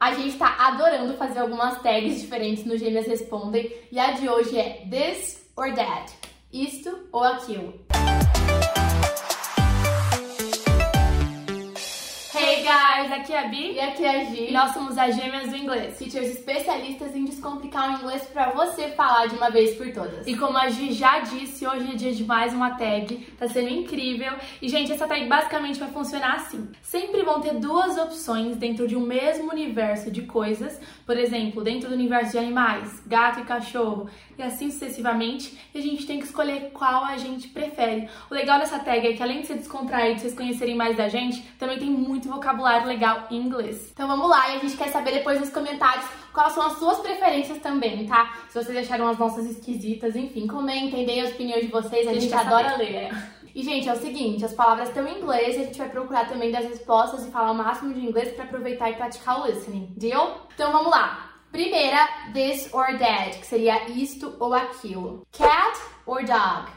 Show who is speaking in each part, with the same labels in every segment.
Speaker 1: A gente tá adorando fazer algumas tags diferentes no Gêmeas Respondem e a de hoje é This or That. Isto ou aquilo.
Speaker 2: Hey guys, aqui é a Bi
Speaker 1: E aqui é a Gi.
Speaker 2: e nós somos as gêmeas do inglês.
Speaker 1: teachers especialistas em descomplicar o inglês pra você falar de uma vez por todas.
Speaker 2: E como a Gi já disse, hoje é dia de mais uma tag, tá sendo incrível. E gente, essa tag basicamente vai funcionar assim. Sempre vão ter duas opções dentro de um mesmo universo de coisas, por exemplo, dentro do universo de animais, gato e cachorro, e assim sucessivamente, e a gente tem que escolher qual a gente prefere. O legal dessa tag é que além de ser descontraído, vocês conhecerem mais da gente, também tem muito vocabulário legal em inglês.
Speaker 1: Então vamos lá e a gente quer saber depois nos comentários quais são as suas preferências também, tá? Se vocês acharam as nossas esquisitas, enfim, comentem, deem as opiniões de vocês, a gente, adora ler. E, gente, é o seguinte, as palavras estão em inglês e a gente vai procurar também das respostas e falar o máximo de inglês pra aproveitar e praticar o listening, deal? Então vamos lá. Primeira, this or that, que seria isto ou aquilo. Cat or dog?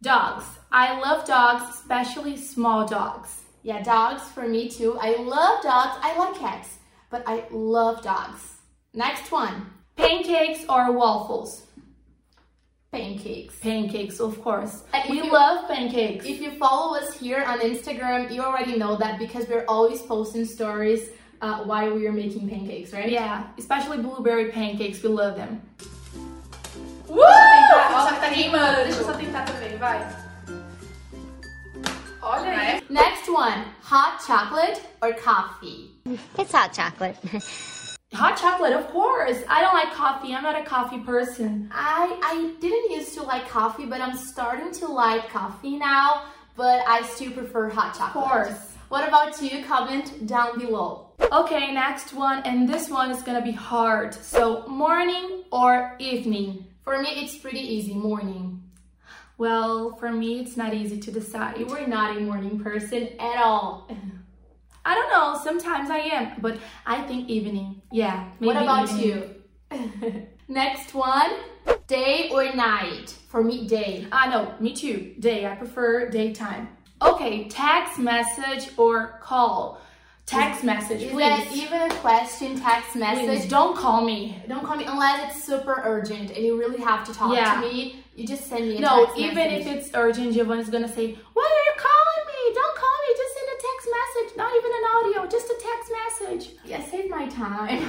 Speaker 2: Dogs. I love dogs, especially small dogs.
Speaker 1: Yeah, dogs for me too. I love dogs. I like cats, but I love dogs. Next one,
Speaker 2: Pancakes or waffles?
Speaker 1: pancakes.
Speaker 2: Pancakes, of course.
Speaker 1: If
Speaker 2: We
Speaker 1: you-
Speaker 2: love pancakes.
Speaker 1: If you follow us here on Instagram, you already know that because we're always posting stories uh, while we are making pancakes, right?
Speaker 2: yeah, especially blueberry pancakes, we love them.
Speaker 1: Woo!
Speaker 2: Ó, tá queimando. Deixa eu só tentar também, vai. Olha aí.
Speaker 1: Next one, hot chocolate or coffee?
Speaker 3: It's hot chocolate.
Speaker 2: Hot chocolate, of course. I don't like coffee. I'm not a coffee person.
Speaker 1: I I didn't used to like coffee, but I'm starting to like coffee now. But I still prefer hot chocolate.
Speaker 2: course.
Speaker 1: What about you? Comment down below.
Speaker 2: Okay, next one, and this one is gonna be hard. So, morning or evening?
Speaker 1: For me, it's pretty easy. Morning.
Speaker 2: Well, for me, it's not easy to decide.
Speaker 1: You were not a morning person at all.
Speaker 2: I don't know. Sometimes I am, but I think evening. Yeah.
Speaker 1: What
Speaker 2: maybe
Speaker 1: about
Speaker 2: evening.
Speaker 1: you? Next one, day or night? For me, day.
Speaker 2: Ah, no. Me too. Day. I prefer daytime. Okay. Text message or call. Text message,
Speaker 1: Is that
Speaker 2: please.
Speaker 1: even a question? Text
Speaker 2: Please
Speaker 1: message.
Speaker 2: don't call me.
Speaker 1: Don't call me unless it's super urgent and you really have to talk
Speaker 2: Yeah.
Speaker 1: to me. You just send me a
Speaker 2: No,
Speaker 1: text
Speaker 2: even
Speaker 1: message.
Speaker 2: if it's urgent, Giovanni's gonna say, "Why are you calling me? Don't call me. Just send a text message. Not even an audio. Just a text message."
Speaker 1: Yeah, save my time.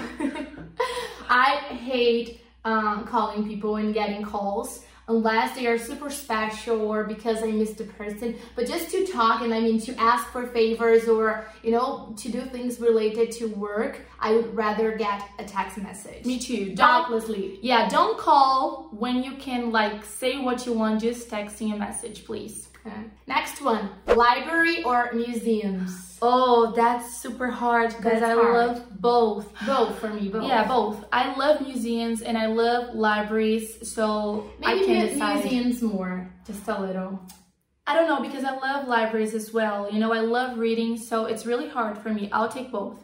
Speaker 1: I hate um, calling people and getting calls unless they are super special or because I missed a person. But just to talk and I mean to ask for favors or you know to do things related to work, I would rather get a text message.
Speaker 2: Me too.
Speaker 1: Um,
Speaker 2: Don't.
Speaker 1: Doubtlessly.
Speaker 2: Yeah, don't call when you can like say what you want. Just texting a message, please.
Speaker 1: Okay. Next one: library or museums?
Speaker 2: Oh, that's super hard because
Speaker 1: That's
Speaker 2: I
Speaker 1: hard.
Speaker 2: love both.
Speaker 1: Both for me. Both.
Speaker 2: Yeah, both. I love museums and I love libraries, so I
Speaker 1: Maybe
Speaker 2: can
Speaker 1: mu-
Speaker 2: decide.
Speaker 1: museums more, just a little.
Speaker 2: I don't know because I love libraries as well. You know, I love reading, so it's really hard for me. I'll take both.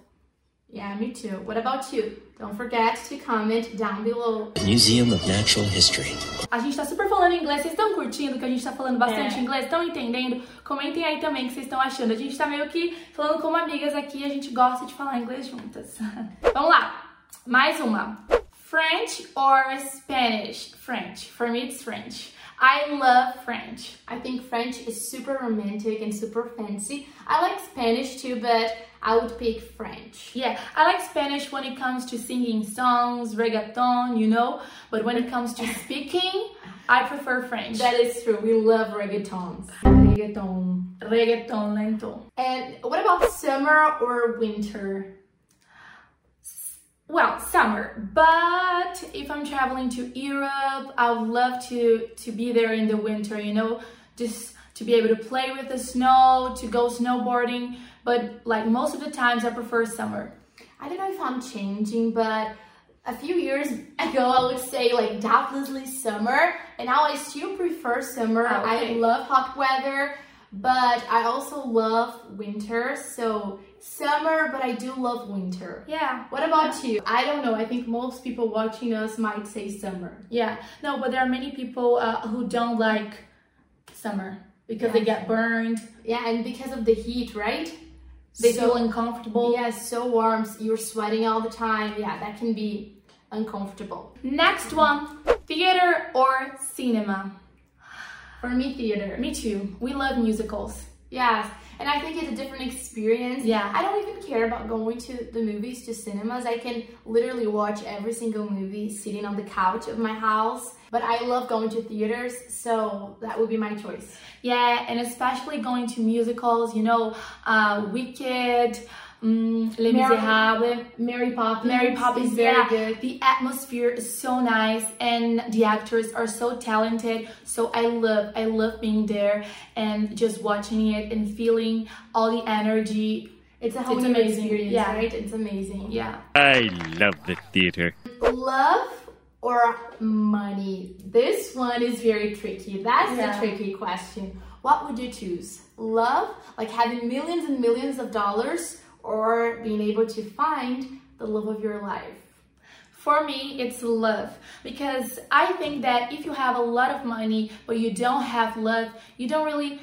Speaker 1: Yeah, me too. What about you? Don't forget to comment down below.
Speaker 4: Museum of Natural History.
Speaker 2: A gente tá super falando inglês, vocês estão curtindo que a gente tá falando bastante
Speaker 1: É.
Speaker 2: inglês? Estão entendendo? Comentem aí também o que vocês estão achando. A gente tá meio que falando como amigas aqui, a gente gosta de falar inglês juntas. Vamos lá, mais uma. French or Spanish? French. For me it's French. I love French.
Speaker 1: I think French is super romantic and super fancy. I like Spanish too, but I would pick French.
Speaker 2: Yeah, I like Spanish when it comes to singing songs, reggaeton, you know. But when it comes to speaking, I prefer French.
Speaker 1: That is true. We love reggaetons. Reggaeton.
Speaker 2: reggaeton né, então? lento.
Speaker 1: And what about summer or winter?
Speaker 2: Well, summer, but if I'm traveling to Europe, I would love to to be there in the winter, you know, just to be able to play with the snow, to go snowboarding, but like most of the times I prefer summer.
Speaker 1: I don't know if I'm changing, but a few years ago I would say like doubtlessly summer, and now I still prefer summer.
Speaker 2: Oh, okay.
Speaker 1: I love hot weather, but I also love winter. So summer, but I do love winter.
Speaker 2: Yeah.
Speaker 1: What about you? I don't know. I think most people watching us might say summer.
Speaker 2: Yeah. No, but there are many people uh, who don't like summer because they
Speaker 1: Yeah.
Speaker 2: get burned.
Speaker 1: Yeah, and because of the heat, right?
Speaker 2: They
Speaker 1: So-
Speaker 2: feel uncomfortable.
Speaker 1: Yeah, it's so warm. You're sweating all the time. Yeah, that can be uncomfortable.
Speaker 2: Next one, theater or cinema.
Speaker 1: For me, theater.
Speaker 2: Me too. We love musicals.
Speaker 1: Yes, and I think it's a different experience.
Speaker 2: Yeah.
Speaker 1: I don't even care about going to the movies, to cinemas. I can literally watch every single movie sitting on the couch of my house. But I love going to theaters, so that would be my choice.
Speaker 2: Yeah, and especially going to musicals, you know, uh, Wicked, um, Les
Speaker 1: Mary-
Speaker 2: Miserables,
Speaker 1: Mary Poppins.
Speaker 2: Mary Poppins.
Speaker 1: is very
Speaker 2: yeah.
Speaker 1: good.
Speaker 2: The atmosphere is so nice, and the actors are so talented. So I love, I love being there and just watching it and feeling all the energy.
Speaker 1: It's a whole
Speaker 2: It's
Speaker 1: new
Speaker 2: amazing,
Speaker 1: experience,
Speaker 2: yeah.
Speaker 1: right? It's amazing.
Speaker 2: Yeah.
Speaker 3: I love the theater.
Speaker 1: Love or money? This one is very tricky. That's
Speaker 2: Yeah.
Speaker 1: a tricky question. What would you choose? Love, like having millions and millions of dollars, or being able to find the love of your life?
Speaker 2: For me, it's love because I think that if you have a lot of money but you don't have love, you don't really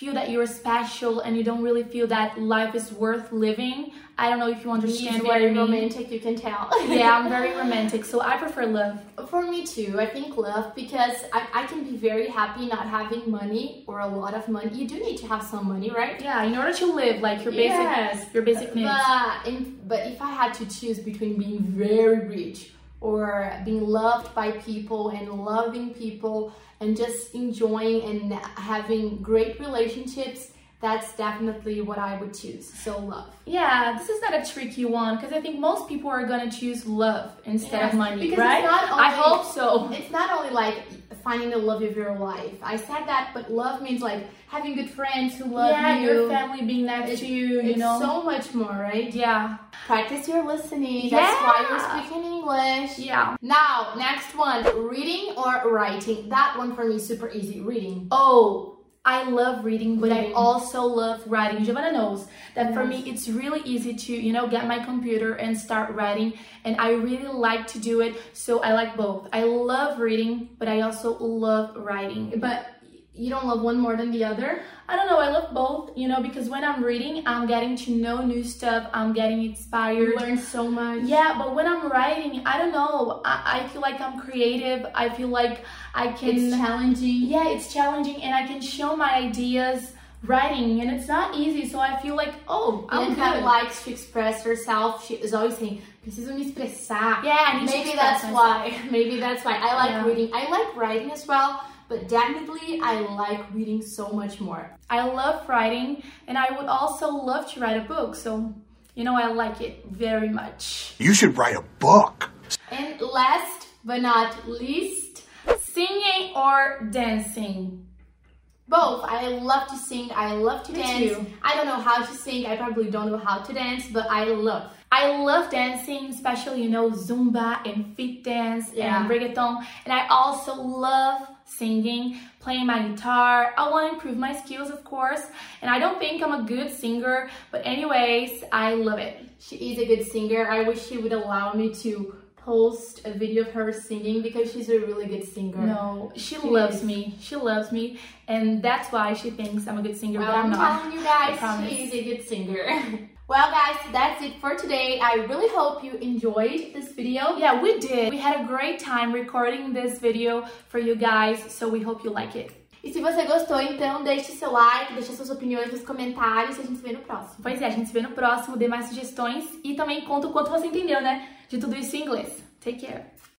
Speaker 2: feel that you're special and you don't really feel that life is worth living. I don't know if you understand
Speaker 1: She's
Speaker 2: what I
Speaker 1: very
Speaker 2: mean.
Speaker 1: romantic, you can tell.
Speaker 2: Yeah, I'm very romantic, so I prefer love.
Speaker 1: For me too, I think love because I, I can be very happy not having money or a lot of money. You do need to have some money, right?
Speaker 2: Yeah, in order to live, like your basic,
Speaker 1: Yes,
Speaker 2: your basic needs.
Speaker 1: But, in, but if I had to choose between being very rich or being loved by people and loving people and just enjoying and having great relationships, that's definitely what I would choose. So love.
Speaker 2: yeah, this is not a tricky one because I think most people are gonna choose love instead
Speaker 1: Yes,
Speaker 2: of money,
Speaker 1: because it's
Speaker 2: right?
Speaker 1: not
Speaker 2: I
Speaker 1: only-
Speaker 2: hope so.
Speaker 1: It's not only like finding the love of your life. I said that, but love means like having good friends who love
Speaker 2: yeah,
Speaker 1: you.
Speaker 2: your family being next
Speaker 1: It's-
Speaker 2: to you, you
Speaker 1: it's
Speaker 2: know.
Speaker 1: so much more, right?
Speaker 2: yeah,
Speaker 1: Practice your listening. That's
Speaker 2: Yeah.
Speaker 1: why you're speaking English.
Speaker 2: yeah.
Speaker 1: Now, next one, reading or writing? That one for me is super easy. Reading.
Speaker 2: Oh, I love reading, but I
Speaker 1: Reading.
Speaker 2: also love writing. Giovanna knows that for me
Speaker 1: Mm-hmm. Yes.
Speaker 2: it's really easy to, you know, get my computer and start writing, and I really like to do it, so I like both. I love reading, but I also love writing.
Speaker 1: But you don't love one more than the other?
Speaker 2: I don't know, I love both, you know, because when I'm reading, I'm getting to know new stuff, I'm getting inspired.
Speaker 1: You learn so much.
Speaker 2: Yeah, but when I'm writing, I don't know. I, I feel like I'm creative. I feel like I can
Speaker 1: It's challenging.
Speaker 2: yeah, it's challenging and I can show my ideas writing and it's not easy, so I feel like, oh, I'm
Speaker 1: and that
Speaker 2: good.
Speaker 1: likes to express herself. She is always saying, preciso me expressar.
Speaker 2: Yeah, I need to
Speaker 1: Maybe
Speaker 2: express
Speaker 1: that's
Speaker 2: myself.
Speaker 1: why. Maybe that's why. I like
Speaker 2: Yeah.
Speaker 1: reading. I like writing as well, but definitely I like reading so much more.
Speaker 2: I love writing and I would also love to write a book, so you know I like it very much.
Speaker 5: You should write a book.
Speaker 1: And last but not least,
Speaker 2: Singing or dancing?
Speaker 1: Both. I love to sing. I love to
Speaker 2: Me
Speaker 1: dance.
Speaker 2: too.
Speaker 1: I don't know how to sing. I probably don't know how to dance, but I love.
Speaker 2: I love dancing, especially you know zumba and fit dance
Speaker 1: Yeah.
Speaker 2: and reggaeton, and I also love singing, playing my guitar. I want to improve my skills, of course, and I don't think I'm a good singer, but anyways, I love it.
Speaker 1: She is a good singer. I wish she would allow me to post a video of her singing because she's a really good singer.
Speaker 2: No, she
Speaker 1: She
Speaker 2: loves
Speaker 1: is.
Speaker 2: me. She loves me, and that's why she thinks I'm a good singer.
Speaker 1: Well,
Speaker 2: but I'm,
Speaker 1: I'm
Speaker 2: not.
Speaker 1: telling you
Speaker 2: I
Speaker 1: guys,
Speaker 2: promise.
Speaker 1: she is a good singer. well, guys, that's it for today. I really hope you enjoyed this video.
Speaker 2: Oh, Yeah, we did. We had a great time recording this video for you guys, so we hope you like it.
Speaker 1: E se você gostou, então deixe seu like, deixe suas opiniões nos comentários e a gente se vê no próximo.
Speaker 2: Pois é, a gente se vê no próximo, dê mais sugestões e também conta o quanto você entendeu, né? De tudo isso em inglês. Take care.